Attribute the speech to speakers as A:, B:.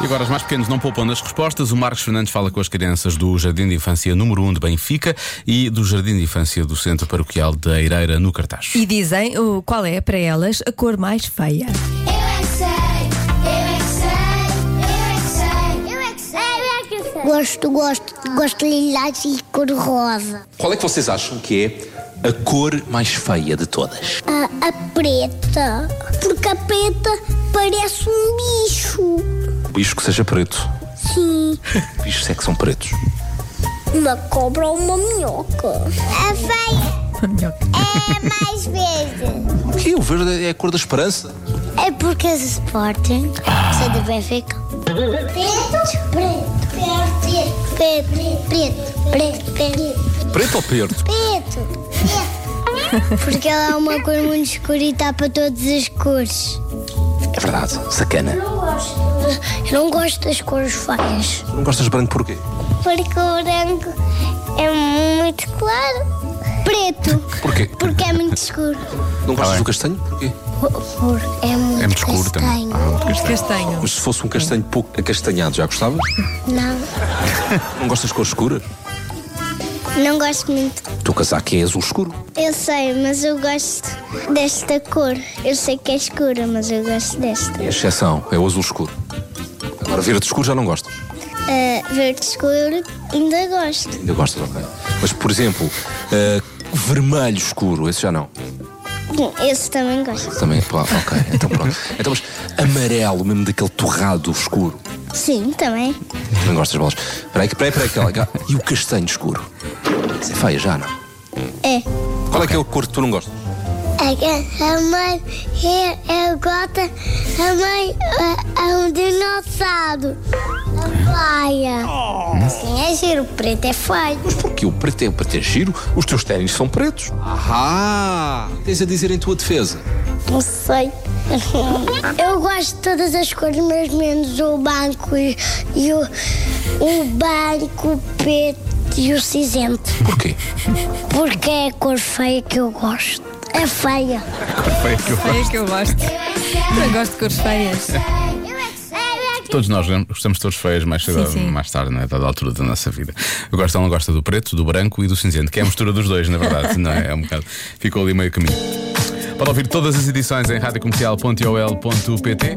A: E agora os mais pequenos não poupam nas respostas. O Marcos Fernandes fala com as crianças do Jardim de Infância número 1 de Benfica e do Jardim de Infância do Centro Paroquial da Eireira, no Cartaz.
B: E dizem o, qual é para elas a cor mais feia.
C: Eu é que sei, eu é que sei, eu é que sei, eu é que sei, eu é que sei.
D: Gosto, gosto, gosto de lilás e cor-de-rosa.
E: Qual é que vocês acham que é a cor mais feia de todas?
D: A, a preta, porque a preta parece um bicho.
E: O bicho que seja preto.
D: Sim,
E: Bichos é que são pretos.
D: uma cobra ou uma minhoca.
C: A feia é mais verde.
E: O quê? O verde é a cor da esperança.
D: É porque é Sporting, você do é Benfica.
C: Preto? Preto. Preto. Preto. Preto. Preto. Preto.
E: Preto ou perto?
C: Preto. Preto.
D: Porque ela é uma cor muito escura e tapa todas as cores.
E: É verdade, sacana.
C: Eu gosto.
D: Eu não gosto das cores feias.
E: Não gostas de branco porquê?
D: Porque o branco é muito claro. Preto,
E: Porquê?
D: porque é muito escuro.
E: Não gostas do castanho? Porquê?
D: É muito,
A: Tá É muito escuro também.
D: castanho.
A: Ah, muito castanho.
B: Castanho.
E: Mas se fosse um castanho pouco acastanhado, já gostavas?
A: Ah.
D: Não,
E: Não gostas de cor escura?
D: não gosto muito.
E: O teu casaco é azul escuro.
D: Eu sei, mas eu gosto desta cor. Eu sei que é escura, mas eu gosto desta.
E: É exceção, é o azul escuro. Agora, verde escuro já não gostas.
D: Ah, verde escuro, ainda gosto.
E: Ainda gostas, ok. Mas, por exemplo, ah, vermelho escuro, esse já não.
D: Esse também gosto.
E: Também, pá, ok. Então pronto. Então, mas amarelo, mesmo daquele torrado escuro.
D: Sim, também.
E: Também gosto das bolas. Peraí, que- peraí, peraí, que ela- cá. E o castanho escuro? Isso é feia já, não?
D: É.
E: Qual é que é o cor que tu não gostas?
C: A mãe,
D: é,
C: eu, eu gosto. A mãe é, é um dinossauro. A praia. Sim, é giro. Preto é feio.
E: Mas porquê? O preto é para ter giro, os teus ténis são pretos. Ahá! O que Tens a dizer em tua defesa.
C: Não sei.
D: Eu gosto de todas as cores, mas menos o banco e, e o, o banco preto e o cinzento.
E: Porquê?
D: Porque é a cor feia que eu gosto. É feia.
B: Feias que eu gosto. Eu gosto de cores feias.
C: é Eu é que sei, eu é que
A: Todos nós né? gostamos todos feios mais cedo
B: Sim,
A: ou
B: sim.
A: mais tarde, né? dada a altura da nossa vida. Eu gosto, ela gosta do preto, do branco e do cinzento, que é a mistura dos dois, na verdade, não é? É um bocado. Ficou ali meio caminho. Para ouvir todas as edições em radiocomercial.ol.pt